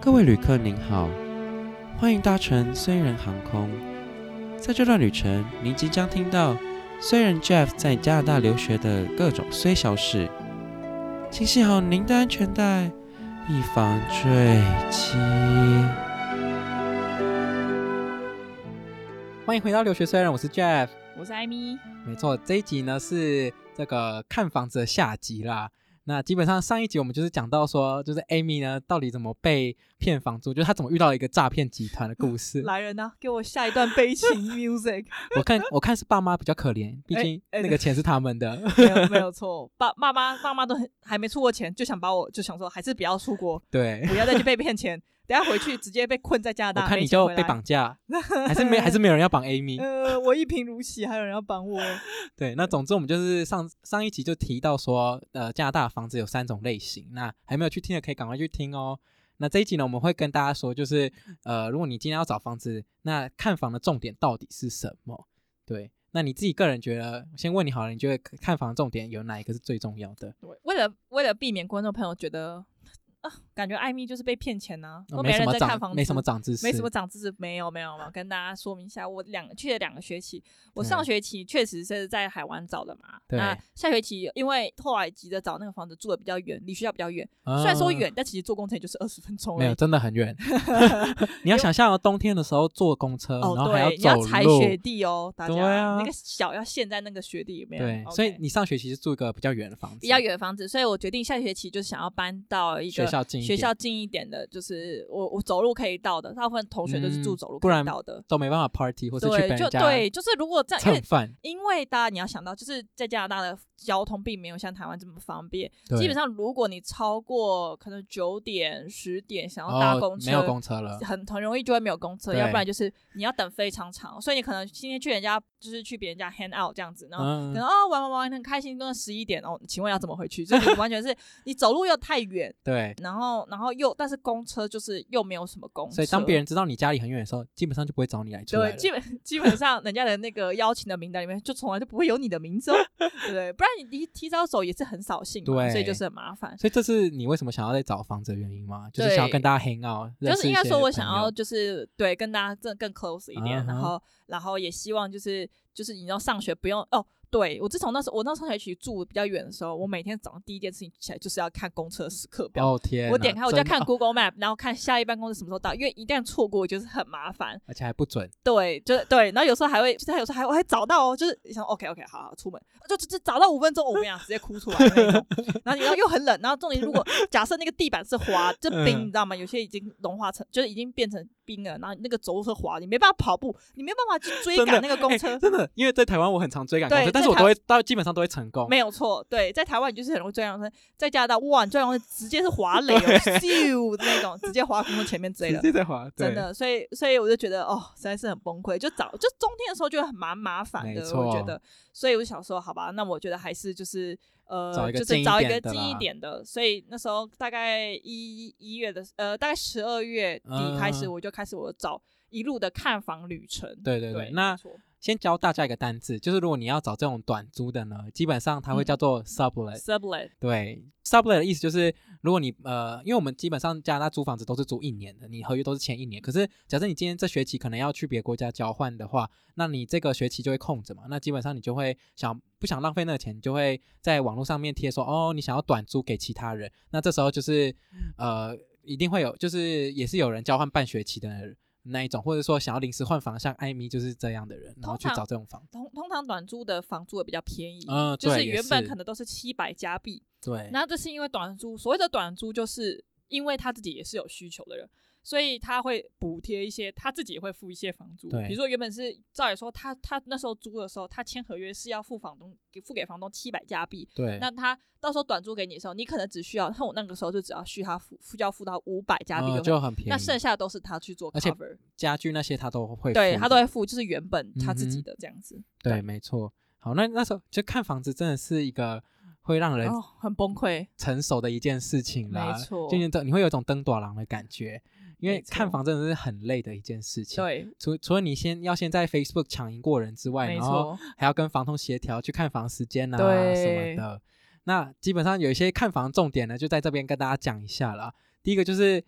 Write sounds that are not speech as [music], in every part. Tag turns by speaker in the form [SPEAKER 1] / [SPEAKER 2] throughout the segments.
[SPEAKER 1] 各位旅客您好，欢迎搭乘虽然航空。在这段旅程，您即将听到虽然 Jeff 在加拿大留学的各种虽小事，请系好您的安全带，以防坠机。欢迎回到留学虽然，我是 Jeff。
[SPEAKER 2] 我是艾米。
[SPEAKER 1] 没错，这一集呢是这个看房子的下集啦。那基本上上一集我们就是讲到说，就是 Amy 呢到底怎么被骗房租，就是她怎么遇到一个诈骗集团的故
[SPEAKER 2] [laughs]
[SPEAKER 1] 事。
[SPEAKER 2] 来人呐、啊给我下一段悲 [laughs] 情 music。
[SPEAKER 1] 我看我看是爸妈比较可怜，毕
[SPEAKER 2] 哎
[SPEAKER 1] 竟
[SPEAKER 2] 哎
[SPEAKER 1] 那个钱是他们的。
[SPEAKER 2] 没有没有错，爸爸妈爸妈都很还没出过钱，就想把我就想说还是不要出国， [laughs]
[SPEAKER 1] 对，
[SPEAKER 2] 不要再去被骗钱，等下回去直接被困在加
[SPEAKER 1] 我
[SPEAKER 2] 拿大，
[SPEAKER 1] 看你
[SPEAKER 2] 没钱
[SPEAKER 1] 就
[SPEAKER 2] 回来
[SPEAKER 1] 被。绑
[SPEAKER 2] [laughs]
[SPEAKER 1] 架，还是没还是没有人要绑 Amy。
[SPEAKER 2] 呃，我一贫如洗，还有人要绑我。
[SPEAKER 1] 对，那总之我们就是上上一集就提到说，呃，加拿大的房子有三种类型，那还没有去听的可以赶快去听哦。那这一集呢，我们会跟大家说，就是呃，如果你今天要找房子，那看房的重点到底是什么？对，那你自己个人觉得，先问你好了，你觉得看房的重点有哪一个是最重要的？
[SPEAKER 2] 对为了为了避免观众朋友觉得啊，感觉艾米就是被骗钱呐、
[SPEAKER 1] 呃
[SPEAKER 2] 都
[SPEAKER 1] 没什
[SPEAKER 2] 人
[SPEAKER 1] 么
[SPEAKER 2] 在看房
[SPEAKER 1] 长，
[SPEAKER 2] 子，
[SPEAKER 1] 没什么长知识，
[SPEAKER 2] 没什么长知识，没有没有没有，跟大家说明一下，我两去了两个学期，我
[SPEAKER 1] 对
[SPEAKER 2] 上学期确实是在海湾找的嘛，
[SPEAKER 1] 对
[SPEAKER 2] 那下学期因为后来急着找那个房子住的比较远，离学校比较远，虽然说
[SPEAKER 1] 嗯
[SPEAKER 2] 远，但其实坐公车也就是二十分钟
[SPEAKER 1] 没
[SPEAKER 2] 而
[SPEAKER 1] 有，
[SPEAKER 2] 已。
[SPEAKER 1] 真的很
[SPEAKER 2] [laughs]
[SPEAKER 1] 远。 [laughs] 你要想象哦冬天的时候坐公车，
[SPEAKER 2] 哦，
[SPEAKER 1] 呃然后还
[SPEAKER 2] 对，你
[SPEAKER 1] 走
[SPEAKER 2] 踩
[SPEAKER 1] 路。
[SPEAKER 2] 雪地哦，大家、
[SPEAKER 1] 对啊
[SPEAKER 2] 那个脚要陷在那个雪地里面。
[SPEAKER 1] 对
[SPEAKER 2] OK
[SPEAKER 1] 所以你上学期是住一个比较远的房子，
[SPEAKER 2] 比较远的房子，所以我决定下学期就想要搬到一
[SPEAKER 1] 学
[SPEAKER 2] 个
[SPEAKER 1] 校近一
[SPEAKER 2] 学
[SPEAKER 1] 点
[SPEAKER 2] 校近一点的，就是我我走路可以到的，大部分同学都是住
[SPEAKER 1] 嗯
[SPEAKER 2] 走路
[SPEAKER 1] 不
[SPEAKER 2] 可以
[SPEAKER 1] 然
[SPEAKER 2] 到的。
[SPEAKER 1] 都没办法 party 或是去别
[SPEAKER 2] 对，就
[SPEAKER 1] 人家
[SPEAKER 2] 对，就是如果这样，因为
[SPEAKER 1] 蹭饭，
[SPEAKER 2] 因为大家你要想到，就是在加拿大的交通并没有像台湾这么方便。基本
[SPEAKER 1] 上
[SPEAKER 2] 上，如果你超过可能九点、十点想要搭公
[SPEAKER 1] 哦
[SPEAKER 2] 车，
[SPEAKER 1] 没有公车了，
[SPEAKER 2] 很很容易就会没有公车，
[SPEAKER 1] 对
[SPEAKER 2] 要不然就是你要等非常长。所以你可能今天去人家就是去别人家 hang out 这样子，然后。可
[SPEAKER 1] 嗯，
[SPEAKER 2] 能哦玩玩玩很开心，到十一点哦，请问要怎么回去？就是完全是你走路又太远，
[SPEAKER 1] 对，
[SPEAKER 2] 然后然后又但是公车就是又没有什么公车，
[SPEAKER 1] 所以当别人知道你家里很远的时候，基本上就不会找你来出来
[SPEAKER 2] 对，
[SPEAKER 1] 了
[SPEAKER 2] 基本 [laughs] 基本上人家的那个邀请的名单里面，就从来就不会有你的名字哦，对不对？不然你提提早走也是很扫兴嘛，
[SPEAKER 1] 对
[SPEAKER 2] 所以就是很麻烦。
[SPEAKER 1] 所以这是你为什么想要再找房子的原因吗？就是
[SPEAKER 2] 对
[SPEAKER 1] 想要跟大家 hang out，
[SPEAKER 2] 就
[SPEAKER 1] 认
[SPEAKER 2] 是
[SPEAKER 1] 识一
[SPEAKER 2] 应
[SPEAKER 1] 些
[SPEAKER 2] 该说，我
[SPEAKER 1] 朋
[SPEAKER 2] 想
[SPEAKER 1] 友
[SPEAKER 2] 要就是对跟大家更更 close 一点
[SPEAKER 1] 嗯哼
[SPEAKER 2] 然后然后也希望就是就是你知道上学不用哦，对我自从那时候我那上学期住比较远的时候，我每天早上第一件事情起来就是要看公车时刻表，
[SPEAKER 1] 哦天哪，
[SPEAKER 2] 我点开我就要
[SPEAKER 1] 真的
[SPEAKER 2] 看
[SPEAKER 1] 哦
[SPEAKER 2] Google Map，然后看下一班公车什么时候到，因为一旦错过就是很麻烦。
[SPEAKER 1] 而且还不准，
[SPEAKER 2] 对，就是对，然后有时候还会，就是他有时候还会找到哦，就是想 OK OK 好好出门，就就就找到五分钟，我跟你讲直接哭出来的那种。然后你要又很冷，然后重点如果假设那个地板是滑，就冰，
[SPEAKER 1] 嗯
[SPEAKER 2] 你知道吗？有些已经融化成，就是已经变成冰了，然后那个走路是滑，你没办法跑步，你没办法去追
[SPEAKER 1] 真的
[SPEAKER 2] 赶那个公车
[SPEAKER 1] 哎，真的，因为在台湾我很常追赶
[SPEAKER 2] 对
[SPEAKER 1] 公车，但是
[SPEAKER 2] 在
[SPEAKER 1] 我
[SPEAKER 2] 台
[SPEAKER 1] 都会到基本上都会成功，
[SPEAKER 2] 没有错。对，在台湾你就是很容易追上车，在加拿大哇，你追上车直接是滑垒哦， [laughs] 咻的那种，直接滑到公车前面之类
[SPEAKER 1] 直
[SPEAKER 2] 的。
[SPEAKER 1] 接在滑，对
[SPEAKER 2] 真。的，所以所以我就觉得哦，实在是很崩溃。就早就冬天的时候就很蛮麻烦
[SPEAKER 1] 没
[SPEAKER 2] 的，
[SPEAKER 1] 错
[SPEAKER 2] 我觉得。所以我就想说，好吧，那我觉得还是就是
[SPEAKER 1] 找
[SPEAKER 2] 呃，
[SPEAKER 1] 一个
[SPEAKER 2] 就
[SPEAKER 1] 近
[SPEAKER 2] 是
[SPEAKER 1] 一
[SPEAKER 2] 找一
[SPEAKER 1] 点
[SPEAKER 2] 个
[SPEAKER 1] 的
[SPEAKER 2] 近一
[SPEAKER 1] 啦
[SPEAKER 2] 点的。所以那时候大概一一月的呃，大概十二月底开始，
[SPEAKER 1] 嗯
[SPEAKER 2] 我就开始我找一路的看房旅程。
[SPEAKER 1] 对对对
[SPEAKER 2] 对，
[SPEAKER 1] 那
[SPEAKER 2] 没错
[SPEAKER 1] 先教大家一个单字，就是如果你要找这种短租的呢，基本上它会
[SPEAKER 2] 嗯
[SPEAKER 1] 叫做 sublet，
[SPEAKER 2] sublet
[SPEAKER 1] 对，sublet 的意思就是，如果你呃，因为我们基本上加拿大租房子都是租一年的，你合约都是签一年。可是假设你今天这学期可能要去别国家交换的话，那你这个学期就会空着嘛，那基本上你就会想不想浪费那个钱，你就会在网络上面贴说，哦，你想要短租给其他人。那这时候就是呃，一定会有，就是也是有人交换半学期的那一种，或者说想要临时换房，像艾米就是这样的人，然后去
[SPEAKER 2] 通常
[SPEAKER 1] 找这种房。
[SPEAKER 2] 通通常短租的房租也比较便宜，
[SPEAKER 1] 嗯，
[SPEAKER 2] 就
[SPEAKER 1] 对
[SPEAKER 2] 是
[SPEAKER 1] 也
[SPEAKER 2] 原本
[SPEAKER 1] 是
[SPEAKER 2] 可能都是七百加币，
[SPEAKER 1] 对，
[SPEAKER 2] 那这是因为短租，所谓的短租就是因为他自己也是有需求的人，所以他会补贴一些，他自己也会付一些房租。
[SPEAKER 1] 对
[SPEAKER 2] 比如说原本是照理说他他那时候租的时候，他签合约是要付房东给付给房东七百加币，
[SPEAKER 1] 对，
[SPEAKER 2] 那他到时候短租给你的时候，你可能只需要，像我那个时候就只要需他付付要付到五百加
[SPEAKER 1] 嗯
[SPEAKER 2] 币就好，
[SPEAKER 1] 就很便宜。
[SPEAKER 2] 那剩下都是他去做
[SPEAKER 1] 而且
[SPEAKER 2] cover，
[SPEAKER 1] 家具那些他都会付的，
[SPEAKER 2] 对他都会付，就是原本他自
[SPEAKER 1] 嗯
[SPEAKER 2] 己
[SPEAKER 1] 哼
[SPEAKER 2] 的这样子，
[SPEAKER 1] 对，没错。好，那那时候就看房子真的是一个会让人
[SPEAKER 2] 哦，很崩溃。
[SPEAKER 1] 成熟的一件事情啦，
[SPEAKER 2] 没错
[SPEAKER 1] 就你这你会有一种登短廊的感觉，因为
[SPEAKER 2] 没错
[SPEAKER 1] 看房真的是很累的一件事情。，
[SPEAKER 2] 对，
[SPEAKER 1] 除除了你先要先在 Facebook 抢赢过人之外，
[SPEAKER 2] 没
[SPEAKER 1] 然后
[SPEAKER 2] 错，
[SPEAKER 1] 还要跟房东协调去看房时间啊
[SPEAKER 2] 对
[SPEAKER 1] 什么的。那基本上有一些看房重点呢，就在这边跟大家讲一下啦。第一个就是，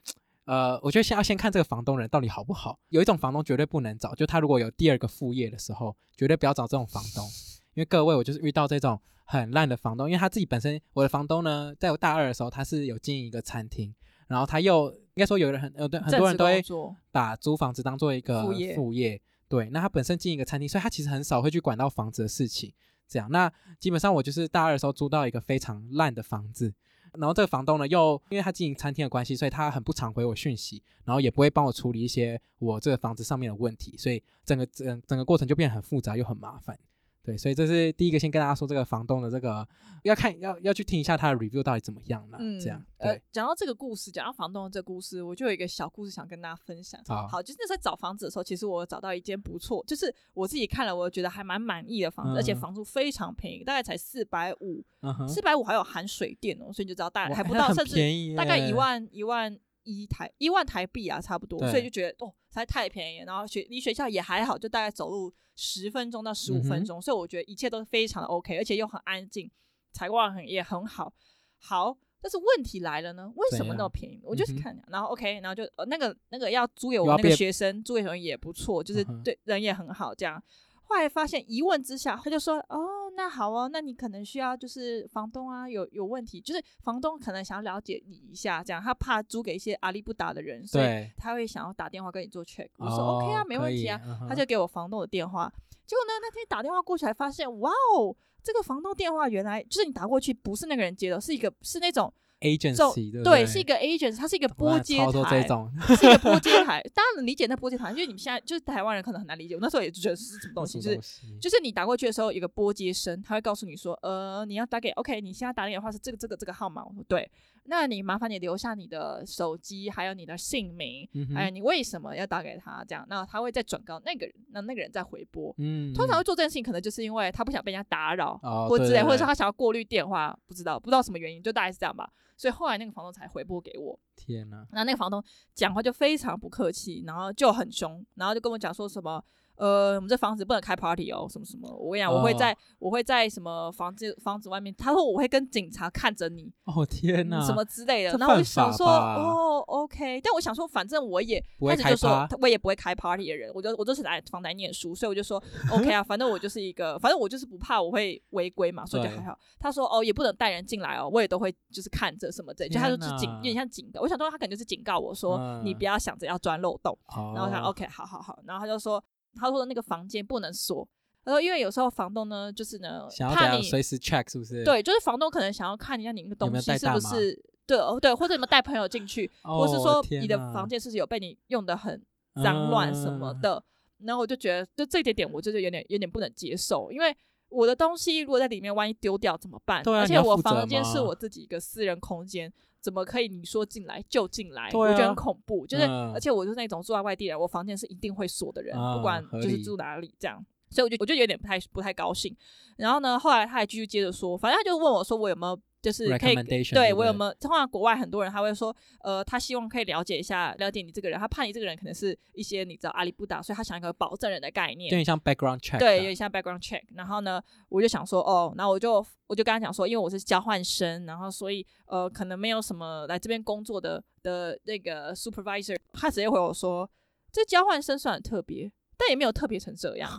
[SPEAKER 1] 呃，我觉得先要先看这个房东人到底好不好。有一种房东绝对不能找，就他如果有第二个副业的时候，绝对不要找这种房东，因为各位我就是遇到这种很烂的房东，因为他自己本身我的房东呢，在我大二的时候他是有经营一个餐厅，然后他又应该说有人很呃对很多人都会
[SPEAKER 2] 做，
[SPEAKER 1] 把租房子当做一个
[SPEAKER 2] 副业
[SPEAKER 1] 对，那他本身经营一个餐厅，所以他其实很少会去管到房子的事情。这样，那基本上我就是大二的时候租到一个非常烂的房子，然后这个房东呢又因为他经营餐厅的关系，所以他很不常回我讯息，然后也不会帮我处理一些我这个房子上面的问题，所以整个整整个过程就变得很复杂又很麻烦。对，所以这是第一个，先跟大家说这个房东的这个要看要要去听一下他的 review 到底怎么样啦。
[SPEAKER 2] 嗯，
[SPEAKER 1] 啊这样，对，
[SPEAKER 2] 呃，讲到这个故事，讲到房东的这个故事，我就有一个小故事想跟大家分享。
[SPEAKER 1] 好
[SPEAKER 2] 好，就是那时候在找房子的时候，其实我找到一间不错，就是我自己看了，我觉得还蛮满意的房子，而且
[SPEAKER 1] 嗯
[SPEAKER 2] 房租非常便宜，大概才四百五，
[SPEAKER 1] 嗯哼，
[SPEAKER 2] 四百五还有含水电哦，所以你就知道大概
[SPEAKER 1] 哇
[SPEAKER 2] 还不
[SPEAKER 1] 那
[SPEAKER 2] 到，
[SPEAKER 1] 很
[SPEAKER 2] 甚至
[SPEAKER 1] 便宜
[SPEAKER 2] 大概
[SPEAKER 1] 耶
[SPEAKER 2] 一万一万一台一万台币啊，差不多，
[SPEAKER 1] 对
[SPEAKER 2] 所以就觉得哦，实在太便宜了。然后学离学校也还好，就大概走路十分钟到十五
[SPEAKER 1] 嗯
[SPEAKER 2] 分
[SPEAKER 1] 哼
[SPEAKER 2] 钟，所以我觉得一切都非常的 OK，而且又很安静，采光很也很好。好，但是问题来了呢，为什么
[SPEAKER 1] 怎
[SPEAKER 2] 那么
[SPEAKER 1] 样
[SPEAKER 2] 便宜？我就是
[SPEAKER 1] 嗯哼
[SPEAKER 2] 看，然后 OK，然后就、呃、那个那个要租给
[SPEAKER 1] 又
[SPEAKER 2] 我
[SPEAKER 1] 要
[SPEAKER 2] 那个
[SPEAKER 1] 变
[SPEAKER 2] 学生，租给学生也不错，就是
[SPEAKER 1] 嗯哼
[SPEAKER 2] 对、人也很好，这样。后来发现一问之下，他就说：“哦，那好哦，那你可能需要就是房东啊，有有问题，就是房东可能想要了解你一下，这样他怕租给一些阿里不达的人，所以
[SPEAKER 1] 对，
[SPEAKER 2] 他会想要打电话跟你做 check。”我说、
[SPEAKER 1] 哦
[SPEAKER 2] OK 啊，没
[SPEAKER 1] 可
[SPEAKER 2] 问题
[SPEAKER 1] 以
[SPEAKER 2] 啊。
[SPEAKER 1] 嗯
[SPEAKER 2] 他
[SPEAKER 1] 哼
[SPEAKER 2] 就给我房东的电话，结果呢，那天打电话过去还发现，哇哦，这个房东电话原来就是你打过去不是那个人接的，是一个是那种
[SPEAKER 1] agency 对不
[SPEAKER 2] 对，是一个 agent，他是一个
[SPEAKER 1] 我
[SPEAKER 2] 拨
[SPEAKER 1] 看
[SPEAKER 2] 接
[SPEAKER 1] 超多这
[SPEAKER 2] 台，
[SPEAKER 1] 种，
[SPEAKER 2] 是一个
[SPEAKER 1] [laughs]
[SPEAKER 2] 拨接台。当然理解那拨接台，因为你们现在就是台湾人可能很难理解，我那时候也觉得是什么东西，
[SPEAKER 1] 什么
[SPEAKER 2] 就是
[SPEAKER 1] 东西
[SPEAKER 2] 就是你打过去的时候，有个拨接声，他会告诉你说，呃，你要打给 OK，你现在打给的话是这个这个这个号码。我说对，那你麻烦你留下你的手机，还有你的姓名，
[SPEAKER 1] 嗯哼
[SPEAKER 2] 还有你为什么要打给他这样，那他会再转告那个人，那那个人再回拨。
[SPEAKER 1] 嗯，
[SPEAKER 2] 通常
[SPEAKER 1] 嗯
[SPEAKER 2] 会做这件事情，可能就是因为他不想被人家打扰，
[SPEAKER 1] 哦
[SPEAKER 2] 或
[SPEAKER 1] 对
[SPEAKER 2] 之
[SPEAKER 1] 对
[SPEAKER 2] 类，或者
[SPEAKER 1] 对
[SPEAKER 2] 说他想要过滤电话，不知道不知道什么原因，就大概是这样吧。所以后来那个房东才回拨给我，
[SPEAKER 1] 天哪，
[SPEAKER 2] 那那个房东讲话就非常不客气，然后就很凶，然后就跟我讲说什么。呃，我们这房子不能开 party 哦，什么什么，我跟你讲，我会在、
[SPEAKER 1] 哦
[SPEAKER 2] 我会在什么房子房子外面，他说我会跟警察看着你，
[SPEAKER 1] 哦天哪，
[SPEAKER 2] 嗯什么之类的。
[SPEAKER 1] 这
[SPEAKER 2] 然后我就
[SPEAKER 1] 犯
[SPEAKER 2] 想
[SPEAKER 1] 法
[SPEAKER 2] 说，
[SPEAKER 1] 吧
[SPEAKER 2] 哦，OK，但我想说，反正我也
[SPEAKER 1] 不
[SPEAKER 2] 开
[SPEAKER 1] 会
[SPEAKER 2] 始
[SPEAKER 1] 开
[SPEAKER 2] 就说
[SPEAKER 1] 趴，
[SPEAKER 2] 我也不会开 party 的人，我就我就是来房台念书，所以我就
[SPEAKER 1] [laughs]
[SPEAKER 2] 说 OK 啊，反正我就是一个，反正我就是不怕我会违规嘛，所以就
[SPEAKER 1] 对
[SPEAKER 2] 还好。他说哦，也不能带人进来哦，我也都会就是看着什么的，就他就
[SPEAKER 1] 天
[SPEAKER 2] 是警
[SPEAKER 1] 哪
[SPEAKER 2] 有点像警告。我想说他可能就是警告我说、你
[SPEAKER 1] 嗯
[SPEAKER 2] 不要想着要钻漏洞，然后我想
[SPEAKER 1] 哦
[SPEAKER 2] OK 好好好，然后他就说他说那个房间不能锁，他说因为有时候房东呢就是呢
[SPEAKER 1] 想要怎
[SPEAKER 2] 怕
[SPEAKER 1] 样
[SPEAKER 2] 你
[SPEAKER 1] 随时 check 是不是？
[SPEAKER 2] 对，就是房东可能想要看一下你那个
[SPEAKER 1] 有没
[SPEAKER 2] 东
[SPEAKER 1] 有
[SPEAKER 2] 西
[SPEAKER 1] 带
[SPEAKER 2] 是不
[SPEAKER 1] 大麻
[SPEAKER 2] 是对哦对，或者有没有带朋友进去，
[SPEAKER 1] 哦，
[SPEAKER 2] 或是说
[SPEAKER 1] 天
[SPEAKER 2] 你的
[SPEAKER 1] 哪
[SPEAKER 2] 房间是不是有被你用的很脏乱什么，
[SPEAKER 1] 嗯
[SPEAKER 2] 的。然后我就觉得，就这一点点，我就是有点有点不能接受，因为我的东西如果在里面万一丢掉怎么办？
[SPEAKER 1] 对啊
[SPEAKER 2] 而
[SPEAKER 1] 你
[SPEAKER 2] 且
[SPEAKER 1] 要
[SPEAKER 2] 我
[SPEAKER 1] 负责
[SPEAKER 2] 房间是
[SPEAKER 1] 吗
[SPEAKER 2] 我自己一个私人空间，怎么可以你说进来就进来？
[SPEAKER 1] 对
[SPEAKER 2] 我觉得
[SPEAKER 1] 啊
[SPEAKER 2] 很恐怖。就是、
[SPEAKER 1] 嗯
[SPEAKER 2] 而且我就是那种住在外地人，我房间是一定会锁的人，不
[SPEAKER 1] 嗯
[SPEAKER 2] 管
[SPEAKER 1] 合
[SPEAKER 2] 就是
[SPEAKER 1] 理
[SPEAKER 2] 住哪里这样。所以我就我就有点不太不太高兴。然后呢，后来他还继续接着说，反正他就问我说我有没有就是可以
[SPEAKER 1] Recommendation，对
[SPEAKER 2] 对
[SPEAKER 1] 不
[SPEAKER 2] 我有
[SPEAKER 1] 对
[SPEAKER 2] 没有？通常国外很多人他会说，呃，他希望可以了解一下了解你这个人，他怕你这个人可能是一些你知道阿里不达，所以他想一个保证人的概
[SPEAKER 1] 有
[SPEAKER 2] 念。
[SPEAKER 1] 点像 background check，
[SPEAKER 2] 对，有
[SPEAKER 1] 啊
[SPEAKER 2] 点像 background check。然后呢，我就想说，哦，那我就我就跟他讲说，因为我是交换生，然后所以呃，可能没有什么来这边工作的的那个 supervisor。他直接回我说，这交换生算很特别，但也没有特别成
[SPEAKER 1] [laughs]
[SPEAKER 2] 这样，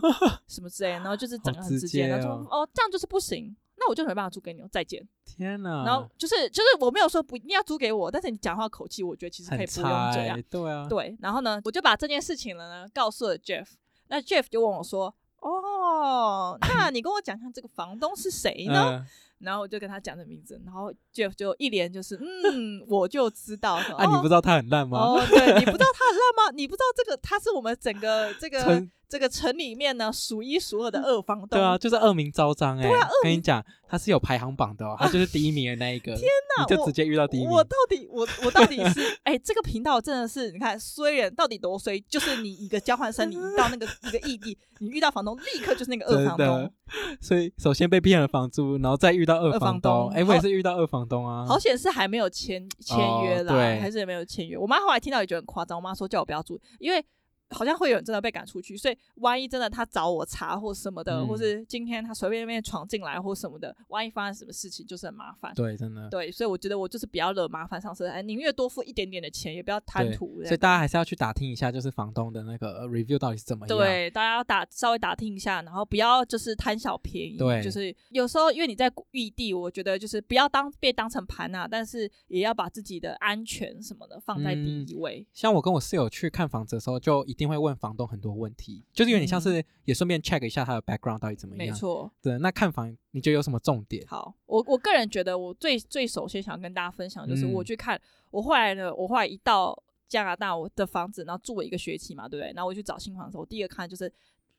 [SPEAKER 2] 什么之类的。然后就是整
[SPEAKER 1] 好
[SPEAKER 2] 个很
[SPEAKER 1] 直
[SPEAKER 2] 直接，然后
[SPEAKER 1] 接
[SPEAKER 2] 说，哦，这样就是不行，那我就没办法租给你，哦，再见。
[SPEAKER 1] 天哪，
[SPEAKER 2] 然后就是就是我没有说不一定要租给我，但是你讲话口气，我觉得其实可
[SPEAKER 1] 很
[SPEAKER 2] 以不用
[SPEAKER 1] 差
[SPEAKER 2] 这
[SPEAKER 1] 欸
[SPEAKER 2] 样。，
[SPEAKER 1] 对啊，
[SPEAKER 2] 对，然后呢，我就把这件事情了呢告诉了 Jeff，那 Jeff 就问我说：“哦，那你跟我讲一下这个房东是谁呢？”
[SPEAKER 1] 嗯，
[SPEAKER 2] 然后我就跟他讲的名字，然后 Jeff 就一脸就是嗯，我就知道说。
[SPEAKER 1] 啊，你不知道他很烂吗？
[SPEAKER 2] 哦，对，你不知道他很烂吗？你不知道这个他是我们整个这个
[SPEAKER 1] 成
[SPEAKER 2] 这个城里面呢数一数二的二房东。
[SPEAKER 1] 对啊，就是恶名昭彰哎！
[SPEAKER 2] 啊
[SPEAKER 1] 我跟你讲，他是有排行榜的哦，他就是第一名的那
[SPEAKER 2] [laughs]
[SPEAKER 1] 一个。天
[SPEAKER 2] 哪
[SPEAKER 1] 你就
[SPEAKER 2] 我
[SPEAKER 1] 直接遇到第一名
[SPEAKER 2] 我。到底我我到底是
[SPEAKER 1] [laughs]
[SPEAKER 2] 哎、这个频道真的是你看衰人到底多衰，就是你一个交换生，你一到那个一个异地，你遇到房东立刻就是那个二
[SPEAKER 1] 真
[SPEAKER 2] 房东
[SPEAKER 1] 的。，所以首先被骗了房租，然后再遇到
[SPEAKER 2] 二
[SPEAKER 1] 二
[SPEAKER 2] 房
[SPEAKER 1] 房
[SPEAKER 2] 东
[SPEAKER 1] 东。哎，我也
[SPEAKER 2] 好
[SPEAKER 1] 是遇到二房东啊。
[SPEAKER 2] 好险是还没有签签约啦，
[SPEAKER 1] 哦对
[SPEAKER 2] 还是没有签约。我妈后来听到也觉得很夸张，我妈说叫我不要住，因为好像会有人真的被赶出去，所以万一真的他找我查或什么的，
[SPEAKER 1] 嗯
[SPEAKER 2] 或是今天他随便便闯进来或什么的，万一发生什么事情就是很麻烦。
[SPEAKER 1] 对，真的。
[SPEAKER 2] 对，所以我觉得我就是不要惹麻烦上身，哎，宁愿多付一点点的钱，也不要贪
[SPEAKER 1] 对
[SPEAKER 2] 图。
[SPEAKER 1] 所以大家还是要去打听一下，就是房东的那个呃 review 到底是怎么样。
[SPEAKER 2] 对，大家要打稍微打听一下，然后不要就是贪小便宜。
[SPEAKER 1] 对
[SPEAKER 2] 就是有时候因为你在异地，我觉得就是不要当被当成盘啊，但是也要把自己的安全什么的放在第
[SPEAKER 1] 嗯
[SPEAKER 2] 一位。
[SPEAKER 1] 像我跟我室友去看房子的时候，就一定会问房东很多问题，就是有点像是也顺便 check 一下他的 background 到底怎么
[SPEAKER 2] 嗯没
[SPEAKER 1] 样。
[SPEAKER 2] 错。
[SPEAKER 1] 对，那看房你觉得有什么重点？
[SPEAKER 2] 好，我我个人觉得我最最首先想跟大家分享就是
[SPEAKER 1] 嗯
[SPEAKER 2] 我去看，我后来呢，我后来一到加拿大我的房子，然后住了一个学期嘛，对不对？然后我去找新房的时候，我第一个看就是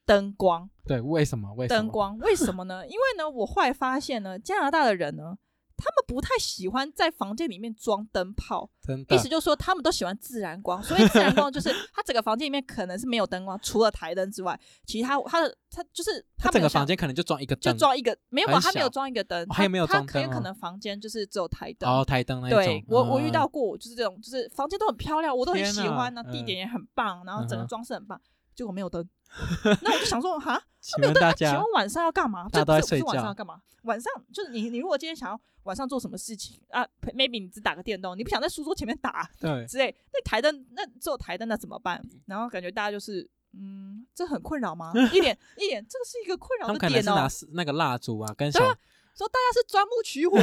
[SPEAKER 2] 灯光。
[SPEAKER 1] 对，为什么？为什
[SPEAKER 2] 灯
[SPEAKER 1] 么？
[SPEAKER 2] 光，为什么呢？因为呢，我后来发现呢，加拿大的人呢，他们不太喜欢在房间里面装灯泡，
[SPEAKER 1] 真
[SPEAKER 2] 意
[SPEAKER 1] 的
[SPEAKER 2] 思就是说他们都喜欢自然光，所以自然光就是
[SPEAKER 1] [laughs]
[SPEAKER 2] 他整个房间里面可能是没有灯光，除了台灯之外，其他他的他就是
[SPEAKER 1] 他
[SPEAKER 2] 他
[SPEAKER 1] 整
[SPEAKER 2] 没有
[SPEAKER 1] 个
[SPEAKER 2] 想
[SPEAKER 1] 房间可能就装一个
[SPEAKER 2] 就
[SPEAKER 1] 灯，
[SPEAKER 2] 装一个没有吧，
[SPEAKER 1] 很
[SPEAKER 2] 他没有
[SPEAKER 1] 小
[SPEAKER 2] 装一个灯，
[SPEAKER 1] 还有没有
[SPEAKER 2] 他
[SPEAKER 1] 装
[SPEAKER 2] 他很
[SPEAKER 1] 灯
[SPEAKER 2] 可
[SPEAKER 1] 哦
[SPEAKER 2] 能房间就是只有台灯
[SPEAKER 1] 然。后哦台灯那一种。
[SPEAKER 2] 对我，我遇
[SPEAKER 1] 嗯
[SPEAKER 2] 到过，就是这种，就是房间都很漂亮，我都很
[SPEAKER 1] 天
[SPEAKER 2] 喜
[SPEAKER 1] 哪
[SPEAKER 2] 欢，那地
[SPEAKER 1] 嗯
[SPEAKER 2] 点也很棒，然后整
[SPEAKER 1] 嗯
[SPEAKER 2] 个
[SPEAKER 1] 哼
[SPEAKER 2] 装饰很棒，结果没有灯， [laughs] 那我就想说，哈，
[SPEAKER 1] 请
[SPEAKER 2] 没
[SPEAKER 1] 问
[SPEAKER 2] 有灯，
[SPEAKER 1] 大
[SPEAKER 2] 那 [laughs] 请
[SPEAKER 1] 家
[SPEAKER 2] 问晚上要干嘛？
[SPEAKER 1] 大家
[SPEAKER 2] 就
[SPEAKER 1] 都在
[SPEAKER 2] 不是
[SPEAKER 1] 睡
[SPEAKER 2] 不是晚上要
[SPEAKER 1] 觉
[SPEAKER 2] 干嘛？晚上就是你，你如果今天想要晚上做什么事情啊，maybe 你只打个电动，你不想在书桌前面打
[SPEAKER 1] 对
[SPEAKER 2] 之类，那台灯那做台灯那怎么办？然后感觉大家就是，嗯，这很困扰吗？一点一点，这个是一个困
[SPEAKER 1] 他
[SPEAKER 2] 扰
[SPEAKER 1] 们
[SPEAKER 2] 的
[SPEAKER 1] 可能
[SPEAKER 2] 点
[SPEAKER 1] 是
[SPEAKER 2] 哦
[SPEAKER 1] 拿。是那个蜡烛啊，跟小
[SPEAKER 2] 对啊说大家是钻木取
[SPEAKER 1] [laughs]
[SPEAKER 2] 火，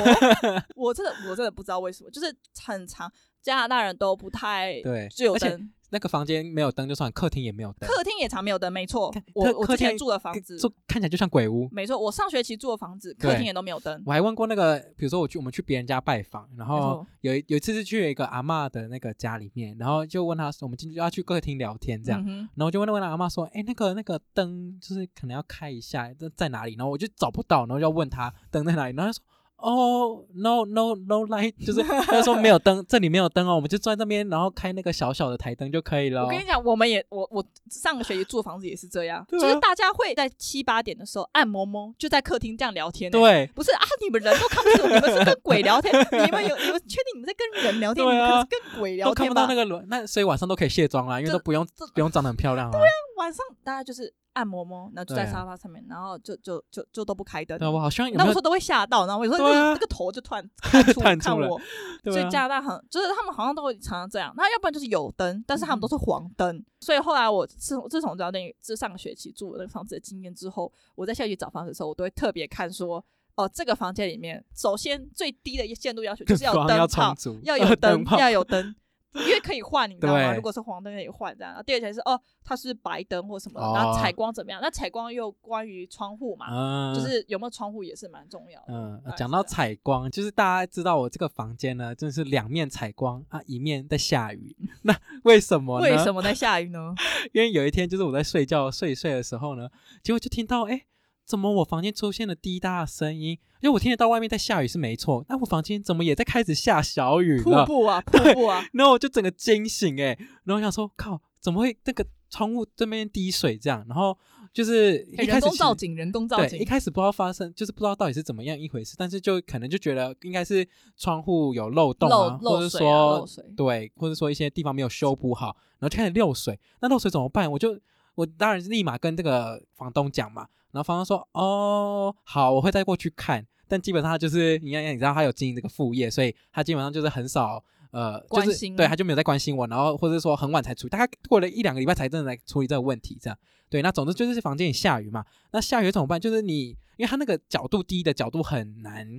[SPEAKER 2] 我真的我真的不知道为什么，就是很长加拿大人都不太
[SPEAKER 1] 对
[SPEAKER 2] 只有
[SPEAKER 1] 而且
[SPEAKER 2] 灯，
[SPEAKER 1] 那个房间没有灯就算，客厅也没有灯，
[SPEAKER 2] 客厅也常没有灯，没错。我
[SPEAKER 1] 客
[SPEAKER 2] 我
[SPEAKER 1] 客
[SPEAKER 2] 之前
[SPEAKER 1] 厅
[SPEAKER 2] 住的房子，
[SPEAKER 1] 就看起来就像鬼屋。
[SPEAKER 2] 没错，我上学期住的房子，客
[SPEAKER 1] 对
[SPEAKER 2] 厅也都没有灯。
[SPEAKER 1] 我还问过那个，比如说我去我们去别人家拜访，然
[SPEAKER 2] 没
[SPEAKER 1] 后
[SPEAKER 2] 错
[SPEAKER 1] 有一有一次是去一个阿嬷的那个家里面，然后就问他，我们进去要去客厅聊天这样，
[SPEAKER 2] 嗯哼
[SPEAKER 1] 然后我就问问阿嬷说，哎，那个那个灯就是可能要开一下，这在哪里？然后我就找不到，然后要问他灯在哪里，然后他说。哦、n o no no light，就是 [laughs] 他就说没有灯，这里没有灯哦，我们就坐在那边，然后开那个小小的台灯就可以了哦。
[SPEAKER 2] 我跟你讲，我们也我我上个学期住房子也是这
[SPEAKER 1] [laughs]
[SPEAKER 2] 样，
[SPEAKER 1] 对啊
[SPEAKER 2] 就是大家会在七八点的时候按摩摸，就在客厅这样聊天、欸。，
[SPEAKER 1] 对，
[SPEAKER 2] 不是啊，你们人都看不清楚，你们是跟鬼聊天，你们有你们确定你们在跟人聊天，
[SPEAKER 1] 对
[SPEAKER 2] 你
[SPEAKER 1] 啊
[SPEAKER 2] 们可是跟鬼聊
[SPEAKER 1] 都看
[SPEAKER 2] 天
[SPEAKER 1] 不
[SPEAKER 2] 吧？
[SPEAKER 1] 到那个轮，那所以晚上都可以卸妆啦，因为
[SPEAKER 2] 这
[SPEAKER 1] 都不用
[SPEAKER 2] 这
[SPEAKER 1] 不用长得很漂亮啊。
[SPEAKER 2] 晚上大家就是按摩摸，然后就在
[SPEAKER 1] 对啊
[SPEAKER 2] 沙发上面，然后就就就就都不开灯。
[SPEAKER 1] 对，我好像有
[SPEAKER 2] 那
[SPEAKER 1] 没
[SPEAKER 2] 我
[SPEAKER 1] 有
[SPEAKER 2] 说都会吓到，然后我说那
[SPEAKER 1] 对啊
[SPEAKER 2] 个那个头就突
[SPEAKER 1] [laughs]
[SPEAKER 2] 然看出
[SPEAKER 1] 探
[SPEAKER 2] 看
[SPEAKER 1] 出来
[SPEAKER 2] 我，所
[SPEAKER 1] 对
[SPEAKER 2] 以
[SPEAKER 1] 啊？ [laughs]
[SPEAKER 2] 加拿大很就是他们好像都会常常这样，那要不然就是有灯，但是他
[SPEAKER 1] 嗯
[SPEAKER 2] 们都是黄灯。所以后来我自从自从知道那自上个学期住我那个房子的经验之后，我在下去找房子的时候，我都会特别看说，哦、这个房间里面首先最低的限度要求就是要有
[SPEAKER 1] 光要
[SPEAKER 2] 灯
[SPEAKER 1] 充
[SPEAKER 2] 泡，
[SPEAKER 1] 足，[laughs]
[SPEAKER 2] 要有灯，
[SPEAKER 1] 泡
[SPEAKER 2] 要有灯。因为可以换，你知道吗？
[SPEAKER 1] 对
[SPEAKER 2] 如果是黄灯可以换这样。然后第二点是哦，它是白灯或什么的，
[SPEAKER 1] 哦
[SPEAKER 2] 然后采光怎么样？那采光又关于窗户嘛，
[SPEAKER 1] 嗯，
[SPEAKER 2] 就是有没有窗户也是蛮重要的。
[SPEAKER 1] 嗯
[SPEAKER 2] 大概，是
[SPEAKER 1] 讲到
[SPEAKER 2] 这样
[SPEAKER 1] 采光，就是大家知道我这个房间呢，真的是两面采光啊，一面在下
[SPEAKER 2] [laughs]
[SPEAKER 1] 雨。那为什么呢？
[SPEAKER 2] 为什么在下雨呢？
[SPEAKER 1] 因为有一天就是我在睡觉睡一睡的时候呢，结果就听到哎。诶怎么我房间出现了滴答的声音？因为我听得到外面在下雨是没错，但我房间怎么也在开始下小 [laughs] 雨
[SPEAKER 2] 瀑
[SPEAKER 1] 了？
[SPEAKER 2] 布啊，瀑
[SPEAKER 1] 对
[SPEAKER 2] 布啊，
[SPEAKER 1] 然后我就整个惊醒哎、然后我想说靠，怎么会那个窗户这边滴水这样？然后就是
[SPEAKER 2] 欸
[SPEAKER 1] 一开始
[SPEAKER 2] 人工
[SPEAKER 1] 其实
[SPEAKER 2] 造景，人工造
[SPEAKER 1] 对，一
[SPEAKER 2] 景，
[SPEAKER 1] 开始不知道发生，就是不知道到底是怎么样一回事，但是就可能就觉得应该是窗户有漏洞啊，
[SPEAKER 2] 漏
[SPEAKER 1] 或
[SPEAKER 2] 漏
[SPEAKER 1] 者
[SPEAKER 2] 水啊，
[SPEAKER 1] 说、
[SPEAKER 2] 漏水。
[SPEAKER 1] 对，或者说一些地方没有修补好，然后就开始漏水。那漏水怎么办？我就我当然是立马跟这个房东讲嘛，然后房东说哦好，我会再过去看。但基本上他就是你看，你知道他有经营这个副业，所以他基本上就是很少呃，就
[SPEAKER 2] 关
[SPEAKER 1] 是
[SPEAKER 2] 心
[SPEAKER 1] 对他就没有在关心我，然后或者说很晚才处理，大概过了一两个礼拜才真的来处理这个问题，这样对。那总之就是房间里下雨嘛，那下雨怎么办？就是你因为它那个角度低的角度很难。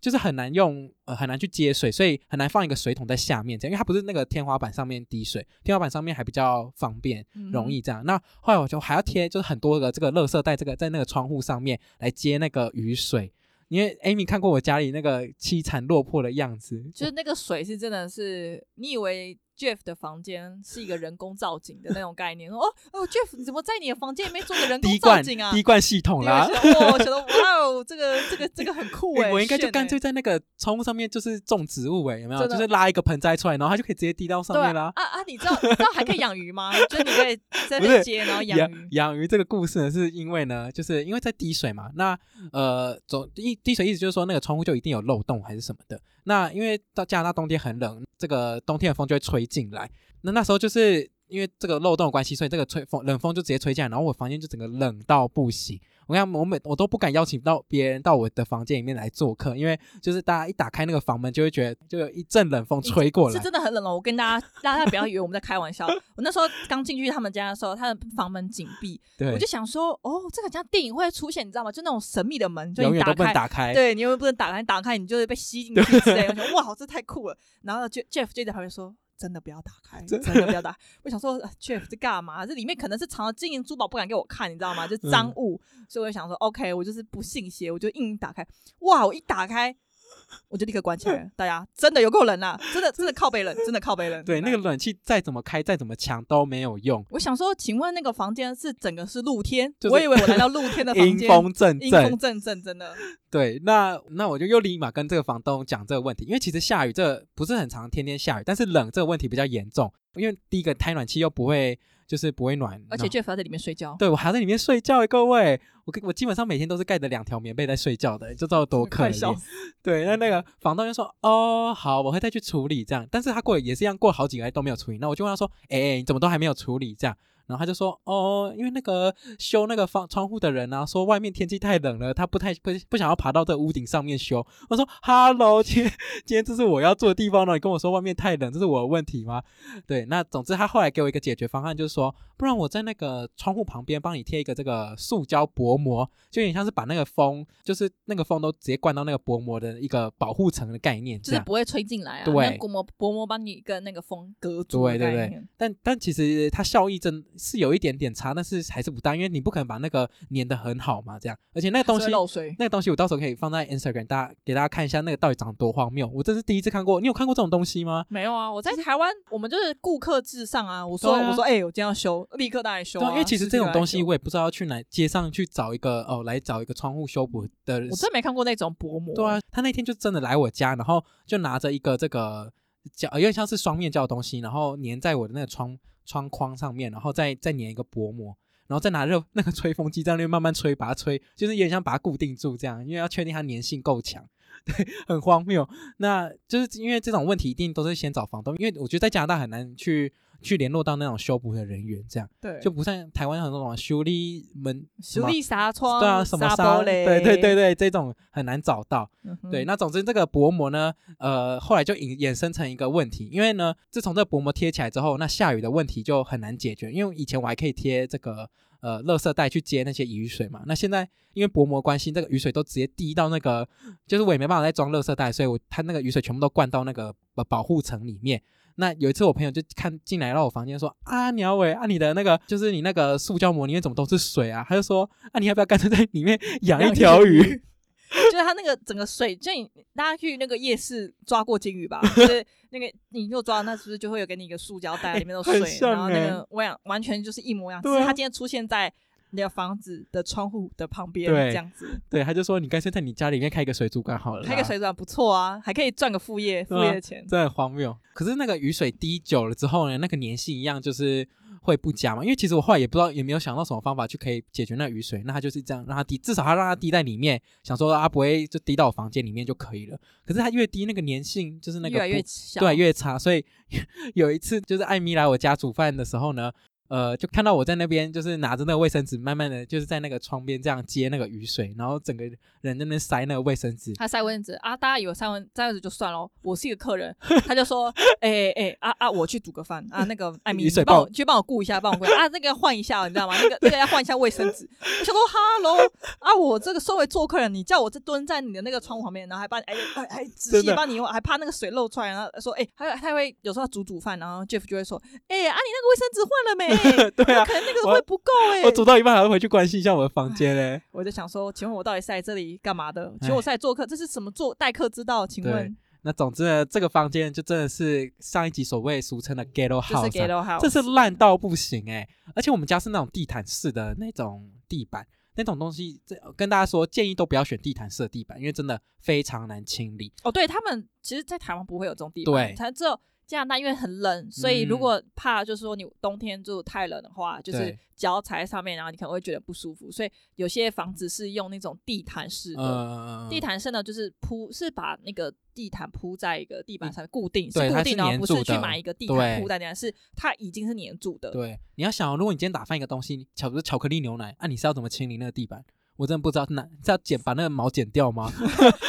[SPEAKER 1] 就是很难用，呃，很难去接水，所以很难放一个水桶在下面这样，因为它不是那个天花板上面滴水，天花板上面还比较方便，
[SPEAKER 2] 嗯
[SPEAKER 1] 容易这样。那后来我就还要贴，就是很多个这个垃圾袋，这个在那个窗户上面来接那个雨水，因为 Amy 看过我家里那个凄惨落魄的样子，
[SPEAKER 2] 就是那个水是真的是，你以为 Jeff 的房间是一个人工造景的那种概念？说哦哦，Jeff，你怎么在你的房间里面做个人工
[SPEAKER 1] 滴
[SPEAKER 2] 造
[SPEAKER 1] 灌
[SPEAKER 2] 景啊？
[SPEAKER 1] 滴灌系统
[SPEAKER 2] 滴
[SPEAKER 1] 啦
[SPEAKER 2] 灌。系统哇我觉得哇哦，这个这个这个很酷哎、
[SPEAKER 1] [laughs] 我应该就
[SPEAKER 2] 炫欸
[SPEAKER 1] 干脆在那个窗户上面就是种植物哎、有没有？
[SPEAKER 2] 真的
[SPEAKER 1] 就是拉一个盆栽出来，然后它就可以直接滴到上
[SPEAKER 2] 对
[SPEAKER 1] 面
[SPEAKER 2] 啊
[SPEAKER 1] 啦。
[SPEAKER 2] 啊啊！你知道你知道还可以养鱼吗？ [laughs] 就是你可以在
[SPEAKER 1] 不
[SPEAKER 2] 那
[SPEAKER 1] 是
[SPEAKER 2] 接，然后养
[SPEAKER 1] 养
[SPEAKER 2] 鱼。
[SPEAKER 1] 养鱼这个故事呢，是因为呢，就是因为在滴水嘛，那呃，总一滴水意思就是说那个窗户就一定有漏洞还是什么的。那因为到加拿大冬天很冷，这个冬天的风就会吹进来。那那时候就是因为这个漏洞的关系，所以这个吹风冷风就直接吹进来，然后我房间就整个冷到不行。我跟你讲，我每我都不敢邀请到别人到我的房间里面来做客，因为就是大家一打开那个房门，就会觉得就有一阵冷风吹过
[SPEAKER 2] 是
[SPEAKER 1] 来。
[SPEAKER 2] 真的很冷哦。我跟大家，大家不要以为我们在开玩笑。我那时候刚进去他们家的时候，他的房门紧闭，
[SPEAKER 1] 对
[SPEAKER 2] 我就，想说，哦，这个像电影会出现，你知道吗？就那种神秘的门，就
[SPEAKER 1] 永
[SPEAKER 2] 你
[SPEAKER 1] 远都
[SPEAKER 2] 打
[SPEAKER 1] 不能
[SPEAKER 2] 开，
[SPEAKER 1] 打开。
[SPEAKER 2] 对你永远不能打开，你打开你就会被吸进去之类的。我想，哇，这太酷了。然后 Je- Jeff 就在旁边说。真的不要打开，真的不要打开。我想说、呃、，Jeff 这干嘛？这里面可能是藏了金银珠宝，不敢给我看，你知道吗？
[SPEAKER 1] 嗯
[SPEAKER 2] 就赃物。所以我就想说，OK，我就是不信邪，我就硬打开。哇，我一打开，我就立刻关起来了。大家真的有够冷啊！真的真的靠北冷，真的靠北冷。
[SPEAKER 1] 对，那个冷气再怎么开，再怎么强都没有用，
[SPEAKER 2] 我想说，请问那个房间是整个是露天？
[SPEAKER 1] 就是
[SPEAKER 2] 我以为我来到露
[SPEAKER 1] [laughs]
[SPEAKER 2] 天的房
[SPEAKER 1] 阴
[SPEAKER 2] 间，
[SPEAKER 1] 风阵
[SPEAKER 2] 阴
[SPEAKER 1] 阵
[SPEAKER 2] 风。阵阵，真的。
[SPEAKER 1] 对，那那我就又立马跟这个房东讲这个问题，因为其实下雨这不是很常天天下雨，但是冷这个问题比较严重，因为第一个开暖气又不会就是不会暖，
[SPEAKER 2] 而且 Jeff 要在里面睡觉，
[SPEAKER 1] 对我还在里面睡觉欸，各位，我跟我基本上每天都是盖着两条棉被在睡觉的，就知道多可
[SPEAKER 2] [laughs] 快笑
[SPEAKER 1] 怜。
[SPEAKER 2] 死。
[SPEAKER 1] 对，那那个房东就说：“哦，好，我会再去处理这样。”但是他过了也是一样，过了好几个月都没有处理。那我就问他说：“哎、你怎么都还没有处理这样？”然后他就说：“哦，因为那个修那个房窗户的人啊，说外面天气太冷了，他不太不不想要爬到这屋顶上面修。”我说：“Hello，今天今天这是我要住的地方呢，你跟我说外面太冷，这是我的问题吗？”对，那总之他后来给我一个解决方案，就是说，不然我在那个窗户旁边帮你贴一个这个塑胶薄膜，就有点像是把那个风，就是那个风都直接灌到那个薄膜的一个保护层的概念，
[SPEAKER 2] 就
[SPEAKER 1] 这
[SPEAKER 2] 是
[SPEAKER 1] 样。
[SPEAKER 2] 不会吹进来啊。
[SPEAKER 1] 对
[SPEAKER 2] 那薄膜薄膜帮你跟那个风隔住的
[SPEAKER 1] 对对对
[SPEAKER 2] 概念。
[SPEAKER 1] 但但其实它效益真是有一点点差，但是还是不大，因为你不可能把那个粘的很好嘛，这样。而且那个东西
[SPEAKER 2] 还是会漏水。
[SPEAKER 1] 那个东西我到时候可以放在 Instagram，大家给大家看一下那个到底长得多荒谬。我这是第一次看过，你有看过这种东西吗？
[SPEAKER 2] 没有啊，我在台湾，我们就是顾客至上啊。我说，
[SPEAKER 1] 对啊
[SPEAKER 2] 我说，哎、我今天要修，立刻带来修、
[SPEAKER 1] 对
[SPEAKER 2] 啊
[SPEAKER 1] 啊，因为其实这种东西
[SPEAKER 2] 我
[SPEAKER 1] 我也不知道要去哪街上去找一个哦，来找一个窗户修补的
[SPEAKER 2] 我真没看过那种薄膜。
[SPEAKER 1] 对啊，他那天就真的来我家，然后就拿着一个这个胶，有点像是双面胶的东西，然后粘在我的那个窗窗框上面，然后再再粘一个薄膜，然后再拿热那个吹风机在那边慢慢吹，把它吹，就是有点像把它固定住这样，因为要确定它粘性够强。对，很荒谬。那就是因为这种问题，一定都是先找房东，因为我觉得在加拿大很难去去联络到那种修补的人员，这样
[SPEAKER 2] 对，
[SPEAKER 1] 就不像台湾很多那种修理门什
[SPEAKER 2] 实
[SPEAKER 1] 么
[SPEAKER 2] 力纱窗，
[SPEAKER 1] 对啊，什么
[SPEAKER 2] 纱
[SPEAKER 1] 沙
[SPEAKER 2] 玻璃
[SPEAKER 1] 对对对，对，这种很难找到。
[SPEAKER 2] 嗯哼
[SPEAKER 1] 对，那总之这个薄膜呢，呃，后来就引衍生成一个问题，因为呢，自从这个薄膜贴起来之后，那下雨的问题就很难解决，因为以前我还可以贴这个呃垃圾袋去接那些雨水嘛，那现在因为薄膜关系，这个雨水都直接滴到那个，就是我也没办法再装垃圾袋，所以我它那个雨水全部都灌到那个呃保护层里面。那有一次，我朋友就看进来到我房间说：“啊，鸟尾啊，你的那个就是你那个塑胶膜里面怎么都是水啊？”他就说：“啊，你要不要干脆在里面养一条 [laughs] 鱼？”，
[SPEAKER 2] 就是它那个整个水，就你大家去那个夜市抓过
[SPEAKER 1] [laughs]
[SPEAKER 2] 金鱼吧，就是那个你就抓，那是不是就会有给你一个塑胶袋，里面都是
[SPEAKER 1] 哎很
[SPEAKER 2] 水，
[SPEAKER 1] 像
[SPEAKER 2] 然后那
[SPEAKER 1] 欸
[SPEAKER 2] 个我想完全就是一模一样，只
[SPEAKER 1] 对
[SPEAKER 2] 是
[SPEAKER 1] 啊
[SPEAKER 2] 它今天出现在你的房子的窗户的旁边，
[SPEAKER 1] 对
[SPEAKER 2] 这样子，
[SPEAKER 1] 对，他就说你干脆在你家里面开一个水族馆好了啦，
[SPEAKER 2] 开个水管不错啊，还可以赚个副业，
[SPEAKER 1] 对
[SPEAKER 2] 副
[SPEAKER 1] 啊
[SPEAKER 2] 业的钱。
[SPEAKER 1] 真的很荒谬。可是那个雨水滴久了之后呢，那个粘性一样就是会不佳嘛。因为其实我后来也不知道，也没有想到什么方法去可以解决那雨水，那它就是这样让它滴，至少它让它滴在里面，想说啊它不会就滴到我房间里面就可以了。可是它越滴，那个粘性就是那个
[SPEAKER 2] 越来
[SPEAKER 1] 不
[SPEAKER 2] 越小，
[SPEAKER 1] 对，越差。所以 [laughs] 有一次就是艾米来我家煮饭的时候呢，呃，就看到我在那边就是拿着那个卫生纸，慢慢的就是在那个窗边这样接那个雨水，然后整个人在那边塞那个卫生纸。
[SPEAKER 2] 他塞蚊子啊，大家以为塞蚊塞蚊子就算了，我是一个客人，他就说，哎哎哎啊啊，我去煮个饭啊，
[SPEAKER 1] [laughs]
[SPEAKER 2] 那个艾米，
[SPEAKER 1] 雨水
[SPEAKER 2] 你帮我
[SPEAKER 1] 爆
[SPEAKER 2] 去帮我顾一下，帮我顾一下啊，那个换一下，你知道吗？那个那个要换一下卫生纸。我想说哈喽啊，我这个身为做客人，你叫我这蹲在你的那个窗户旁边，然后还把哎哎哎仔
[SPEAKER 1] 真
[SPEAKER 2] 细
[SPEAKER 1] 的
[SPEAKER 2] 帮你，还怕那个水漏出来，然后说哎，还有他会有时候煮煮饭，然后 Jeff 就会说，哎啊，你那个卫生纸换了没？
[SPEAKER 1] [laughs] 对啊
[SPEAKER 2] 可能那个
[SPEAKER 1] 我
[SPEAKER 2] 会不够哎、
[SPEAKER 1] 我煮到一半还会回去关心一下我的房间嘞。 [laughs]
[SPEAKER 2] 我就想说，请问我到底是来这里干嘛的？请问我是来做客，这是什么做待客之道？请问
[SPEAKER 1] 那总之呢，这个房间就真的是上一集所谓俗称的 ghetto
[SPEAKER 2] 这是
[SPEAKER 1] house，啊、
[SPEAKER 2] ghetto house，
[SPEAKER 1] 这是烂到不行哎、而且我们家是那种地毯式的那种地板，那种东西，这跟大家说建议都不要选地毯式的地板，因为真的非常难清理。
[SPEAKER 2] 哦，对他们其实，在台湾不会有这种地方，
[SPEAKER 1] 对
[SPEAKER 2] 才只有加拿大因为很冷，所以如
[SPEAKER 1] 嗯
[SPEAKER 2] 果怕就是说你冬天就太冷的话，就是
[SPEAKER 1] 对
[SPEAKER 2] 脚踩在上面，然后你可能会觉得不舒服，所以有些房子是用那种地毯式的。
[SPEAKER 1] 呃，
[SPEAKER 2] 地毯式呢，就是铺是把那个地毯铺在一个地板上面固定，
[SPEAKER 1] 嗯对
[SPEAKER 2] 固
[SPEAKER 1] 它
[SPEAKER 2] 定
[SPEAKER 1] 是
[SPEAKER 2] 的哦，
[SPEAKER 1] 粘
[SPEAKER 2] 不是
[SPEAKER 1] 住
[SPEAKER 2] 去
[SPEAKER 1] 的
[SPEAKER 2] 买一个地
[SPEAKER 1] 对
[SPEAKER 2] 毯铺在那，是它已经是粘住的。
[SPEAKER 1] 对，你要想哦，如果你今天打翻一个东西，巧不是巧克力牛奶，啊，你是要怎么清理那个地板？我真的不知道，那是要剪把那个毛剪掉
[SPEAKER 2] [laughs]
[SPEAKER 1] 吗？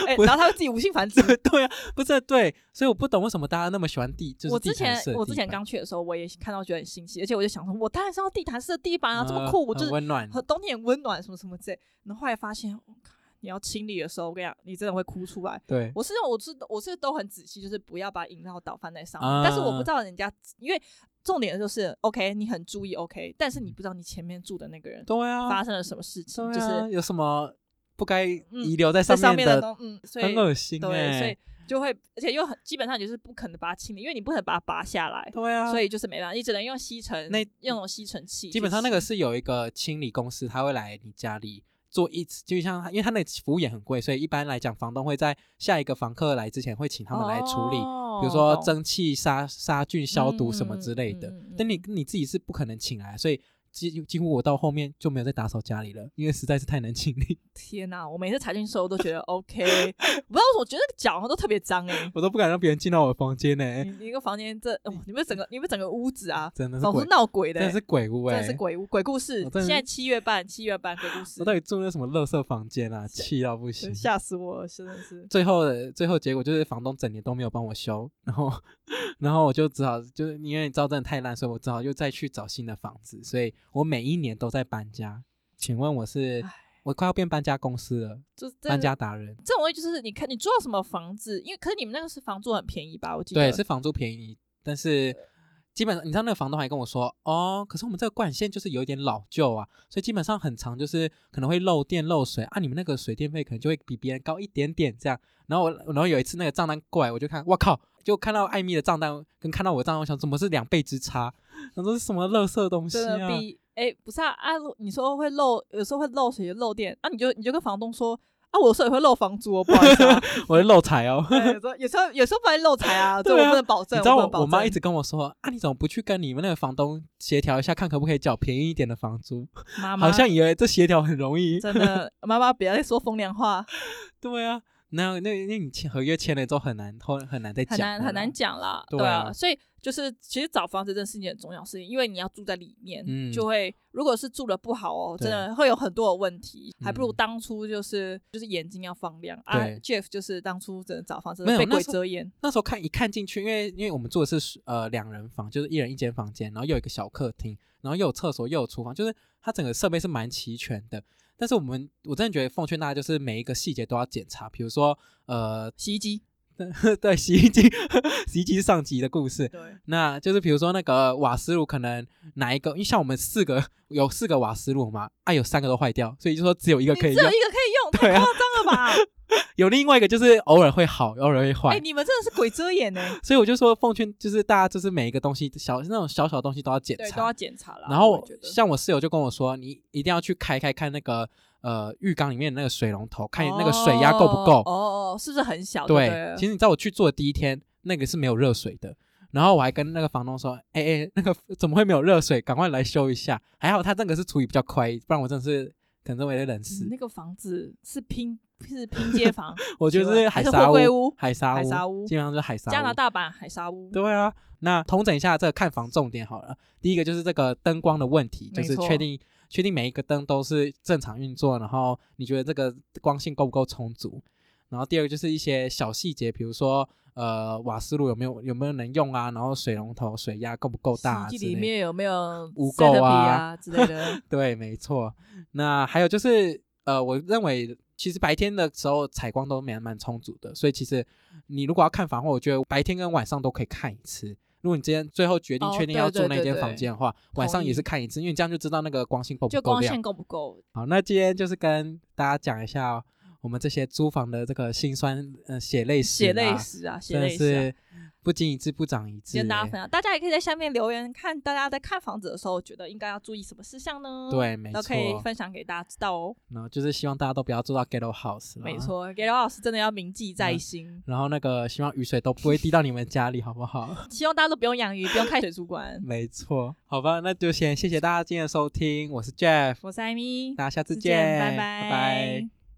[SPEAKER 2] 哎，
[SPEAKER 1] 不是
[SPEAKER 2] 然后它会自己无
[SPEAKER 1] [laughs]
[SPEAKER 2] 性繁殖。
[SPEAKER 1] 对啊，不是对，所以我不懂为什么大家那么喜欢地，就是
[SPEAKER 2] 我之
[SPEAKER 1] 地毯
[SPEAKER 2] 前
[SPEAKER 1] 式的
[SPEAKER 2] 我之
[SPEAKER 1] 地
[SPEAKER 2] 前
[SPEAKER 1] 板
[SPEAKER 2] 刚去的时候，我也看到觉得很新奇，而且我就想说，我当然是要地毯式的地板啊，这么
[SPEAKER 1] 呃
[SPEAKER 2] 酷，我
[SPEAKER 1] 很
[SPEAKER 2] 就是
[SPEAKER 1] 温暖，
[SPEAKER 2] 和冬天很温暖什么什么之类。然后后来发现，我靠，你要清理的时候，我跟你讲，你真的会哭出来。
[SPEAKER 1] 对，
[SPEAKER 2] 我是我是我是都很仔细，就是不要把饮料倒翻在上面。但是我不
[SPEAKER 1] 啊
[SPEAKER 2] 知道人家，因为重点就是 OK，你很注意 OK，但是你不知道你前面住的那个人
[SPEAKER 1] 嗯对啊，
[SPEAKER 2] 发生了什么事情，
[SPEAKER 1] 对
[SPEAKER 2] 就是
[SPEAKER 1] 啊，有什么不该
[SPEAKER 2] 嗯
[SPEAKER 1] 遗留在
[SPEAKER 2] 在上
[SPEAKER 1] 面
[SPEAKER 2] 面的东嗯，所以
[SPEAKER 1] 很恶心
[SPEAKER 2] 对，所以
[SPEAKER 1] 哎，
[SPEAKER 2] 就会，而且又很基本上就是不可能把它清理，因为你不能把它拔下来。
[SPEAKER 1] 对啊，
[SPEAKER 2] 所以就是没办法，你只能用吸尘，
[SPEAKER 1] 那
[SPEAKER 2] 用那种吸尘器去吸。
[SPEAKER 1] 基本上那个是有一个清理公司，他会来你家里做一次，就像他因为他那个服务也很贵，所以一般来讲，房东会在下一个房客来之前会请他们来处理，
[SPEAKER 2] 哦
[SPEAKER 1] 比如说
[SPEAKER 2] 懂
[SPEAKER 1] 蒸汽杀杀菌消毒什么
[SPEAKER 2] 嗯
[SPEAKER 1] 之类的。
[SPEAKER 2] 嗯嗯嗯
[SPEAKER 1] 但你你自己是不可能请来，所以几几乎我到后面就没有再打扫家里了，因为实在是太难清理， [laughs]
[SPEAKER 2] 天呐，我每次踩进去的时候都觉得 OK，我不知道为什么，我觉得脚都特别脏哎、
[SPEAKER 1] 我都不敢让别人进到我的房间呢、
[SPEAKER 2] 你你一个房间这，哦你们整个你们整个屋子啊，
[SPEAKER 1] 真的是
[SPEAKER 2] 总
[SPEAKER 1] 鬼
[SPEAKER 2] 是，闹鬼的、
[SPEAKER 1] 真
[SPEAKER 2] 欸，
[SPEAKER 1] 的是鬼屋哎、
[SPEAKER 2] 真的是鬼屋鬼故事
[SPEAKER 1] 我。真的是哦
[SPEAKER 2] 现在七月半，七月半鬼故事
[SPEAKER 1] 我，到底住那什么垃圾房间啊，气到不行
[SPEAKER 2] 对。吓死我了，真的是。
[SPEAKER 1] 最后的最后结果就是房东整年都没有帮我修，然后 [laughs] 然后我就只好就是因为你知道真的太烂，所以我只好又再去找新的房子，所以我每一年都在搬家。请问我是
[SPEAKER 2] 唉
[SPEAKER 1] 我快要变搬家公司了，
[SPEAKER 2] 就是这
[SPEAKER 1] 搬家达人。
[SPEAKER 2] 这种东西，就是你看你住到什么房子，因为可是你们那个是房租很便宜吧？我记得
[SPEAKER 1] 对，是房租便宜，但是基本上你知道那个房东还跟我说，哦，可是我们这个管线就是有一点老旧啊，所以基本上很长就是可能会漏电漏水啊，你们那个水电费可能就会比别人高一点点这样。然后我，然后有一次那个账单过来，我就看，我靠，就看到艾米的账单跟看到我的账单，我想怎么是两倍之差？想说是什么垃圾东西
[SPEAKER 2] 真的
[SPEAKER 1] 啊？
[SPEAKER 2] 比哎、不是啊啊！如你说会漏，有时候会漏水漏电啊，你就你就跟房东说啊，我有时候也会漏房租哦，不好意思、啊。
[SPEAKER 1] 我会漏财
[SPEAKER 2] [laughs]
[SPEAKER 1] 哦。
[SPEAKER 2] 对哎有时候有时候有时候不然漏财啊，这
[SPEAKER 1] [laughs] 对
[SPEAKER 2] 我
[SPEAKER 1] 啊
[SPEAKER 2] 不能保
[SPEAKER 1] 你
[SPEAKER 2] 证。
[SPEAKER 1] 知道
[SPEAKER 2] 不
[SPEAKER 1] 我
[SPEAKER 2] 能保
[SPEAKER 1] 我妈
[SPEAKER 2] 证
[SPEAKER 1] 一直跟我说啊，你怎么不去跟你们那个房东协调一下，看可不可以缴便宜一点的房租？
[SPEAKER 2] 妈妈
[SPEAKER 1] 好像以为这协调很容易，
[SPEAKER 2] [laughs] 真的妈妈不要再说风凉话，
[SPEAKER 1] 对啊，那那那你签合约签了之后很难后很难再
[SPEAKER 2] 很
[SPEAKER 1] 讲了
[SPEAKER 2] 难
[SPEAKER 1] 啦，
[SPEAKER 2] 很难讲啦，
[SPEAKER 1] 对
[SPEAKER 2] 对啊，
[SPEAKER 1] 啊
[SPEAKER 2] 所以就是其实找房子真的是一件很重要的事情，因为你要住在里面，
[SPEAKER 1] 嗯
[SPEAKER 2] 就会如果是住的不好哦，真
[SPEAKER 1] 对
[SPEAKER 2] 的会有很多的问题，还不如
[SPEAKER 1] 嗯
[SPEAKER 2] 当初就是就是眼睛要放亮啊
[SPEAKER 1] 对。
[SPEAKER 2] Jeff 就是当初真的找房子
[SPEAKER 1] 没有
[SPEAKER 2] 被
[SPEAKER 1] 那
[SPEAKER 2] 鬼
[SPEAKER 1] 时候
[SPEAKER 2] 遮眼，
[SPEAKER 1] 那时候看一看进去，因为因为我们住的是呃两人房，就是一人一间房间，然后又有一个小客厅，然后又有厕所又有厨房，就是它整个设备是蛮齐全的。但是我们我真的觉得奉劝大家，就是每一个细节都要检查，比如说呃，
[SPEAKER 2] 洗衣机，
[SPEAKER 1] 对 [laughs] 洗衣机，洗衣机是上集的故事，
[SPEAKER 2] 对，
[SPEAKER 1] 那就是比如说那个瓦斯炉，可能哪一个？因为像我们四个有四个瓦斯炉嘛，啊有三个都坏掉，所以就说只有一个
[SPEAKER 2] 你
[SPEAKER 1] 可
[SPEAKER 2] 只
[SPEAKER 1] 以
[SPEAKER 2] 有一
[SPEAKER 1] 用。
[SPEAKER 2] 个可以用，太
[SPEAKER 1] 对啊
[SPEAKER 2] 夸张了吧？
[SPEAKER 1] [laughs] 有另外一个就是偶尔会好，偶尔会坏。
[SPEAKER 2] 哎，你们真的是鬼遮眼呢，
[SPEAKER 1] 所以我就说奉劝，就是大家就是每一个东西小那种小小的东西都要检
[SPEAKER 2] 对，都要
[SPEAKER 1] 查。
[SPEAKER 2] 检查啦。
[SPEAKER 1] 然后
[SPEAKER 2] 我觉得
[SPEAKER 1] 像我室友就跟我说，你一定要去开开看那个呃浴缸里面的那个水龙头，看那个水压够不
[SPEAKER 2] 哦
[SPEAKER 1] 够。
[SPEAKER 2] 哦哦，是不是很小？对
[SPEAKER 1] 对
[SPEAKER 2] 了，
[SPEAKER 1] 其实你知道我去做的第一天，那个是没有热水的。然后我还跟那个房东说：“哎、哎、那个怎么会没有热水？赶快来修一下。”还好他那个是处理比较快，不然我真的是可能真会冷死
[SPEAKER 2] 你。嗯那个房子是拼是拼
[SPEAKER 1] [laughs]
[SPEAKER 2] 接房，
[SPEAKER 1] 我觉得是海
[SPEAKER 2] 还是
[SPEAKER 1] 沙
[SPEAKER 2] 货柜
[SPEAKER 1] 屋
[SPEAKER 2] 屋，
[SPEAKER 1] 海沙
[SPEAKER 2] 海
[SPEAKER 1] 屋，
[SPEAKER 2] 沙屋
[SPEAKER 1] 基本上就是海沙屋。
[SPEAKER 2] 加拿大版海沙屋。
[SPEAKER 1] 对啊，那统整一下这个看房重点好了。第一个就是这个灯光的问题，就
[SPEAKER 2] 没
[SPEAKER 1] 是
[SPEAKER 2] 错
[SPEAKER 1] 确定确定每一个灯都是正常运作，然后你觉得这个光线够不够充足？然后第二个就是一些小细节，比如说呃瓦斯炉有没有有没有能用啊，然后水龙头水压够不够大、啊
[SPEAKER 2] 洗衣
[SPEAKER 1] 之
[SPEAKER 2] 机
[SPEAKER 1] 类
[SPEAKER 2] 里
[SPEAKER 1] 的。
[SPEAKER 2] 面有没有
[SPEAKER 1] 污
[SPEAKER 2] 塞
[SPEAKER 1] 垢
[SPEAKER 2] 得皮
[SPEAKER 1] 啊 [laughs]
[SPEAKER 2] 啊之类的？
[SPEAKER 1] 对，没错。那还有就是呃，我认为其实白天的时候采光都蛮蛮充足的，所以其实你如果要看房的话，我觉得白天跟晚上都可以看一次。如果你今天最后决定
[SPEAKER 2] 哦
[SPEAKER 1] 确定
[SPEAKER 2] 对
[SPEAKER 1] 要
[SPEAKER 2] 对
[SPEAKER 1] 住那
[SPEAKER 2] 对
[SPEAKER 1] 间
[SPEAKER 2] 对
[SPEAKER 1] 房间的话，晚
[SPEAKER 2] 同
[SPEAKER 1] 上也是
[SPEAKER 2] 意
[SPEAKER 1] 看一次，因为你这样就知道那个光线够
[SPEAKER 2] 就
[SPEAKER 1] 不够
[SPEAKER 2] 光
[SPEAKER 1] 亮
[SPEAKER 2] 线。够不够？
[SPEAKER 1] 好，那今天就是跟大家讲一下哦我们这些租房的这个辛酸呃血泪史、啊，
[SPEAKER 2] 血泪史啊，血
[SPEAKER 1] 真的
[SPEAKER 2] 泪史、啊。
[SPEAKER 1] 是不经一事不长一智、
[SPEAKER 2] 跟大家
[SPEAKER 1] 欸
[SPEAKER 2] 分。享，大家也可以在下面留言，看大家在看房子的时候，觉得应该要注意什么事项呢？，
[SPEAKER 1] 对，没
[SPEAKER 2] 都可以
[SPEAKER 1] 错。
[SPEAKER 2] 分享给大家知道哦。
[SPEAKER 1] 然后就是希望大家都不要做到 ghetto house。
[SPEAKER 2] 没。错 g e t 老师真的要铭记
[SPEAKER 1] 嗯
[SPEAKER 2] 在心，
[SPEAKER 1] 然后那个希望雨水都不会滴到你们家里，好不好？。
[SPEAKER 2] 希望大家都不用养鱼，不用开水族馆
[SPEAKER 1] 没错，好吧，那就先谢谢大家今天的收听，我是 Jeff，
[SPEAKER 2] 我是艾米，
[SPEAKER 1] 大家下次
[SPEAKER 2] 再见，
[SPEAKER 1] 见，
[SPEAKER 2] 拜
[SPEAKER 1] 拜拜。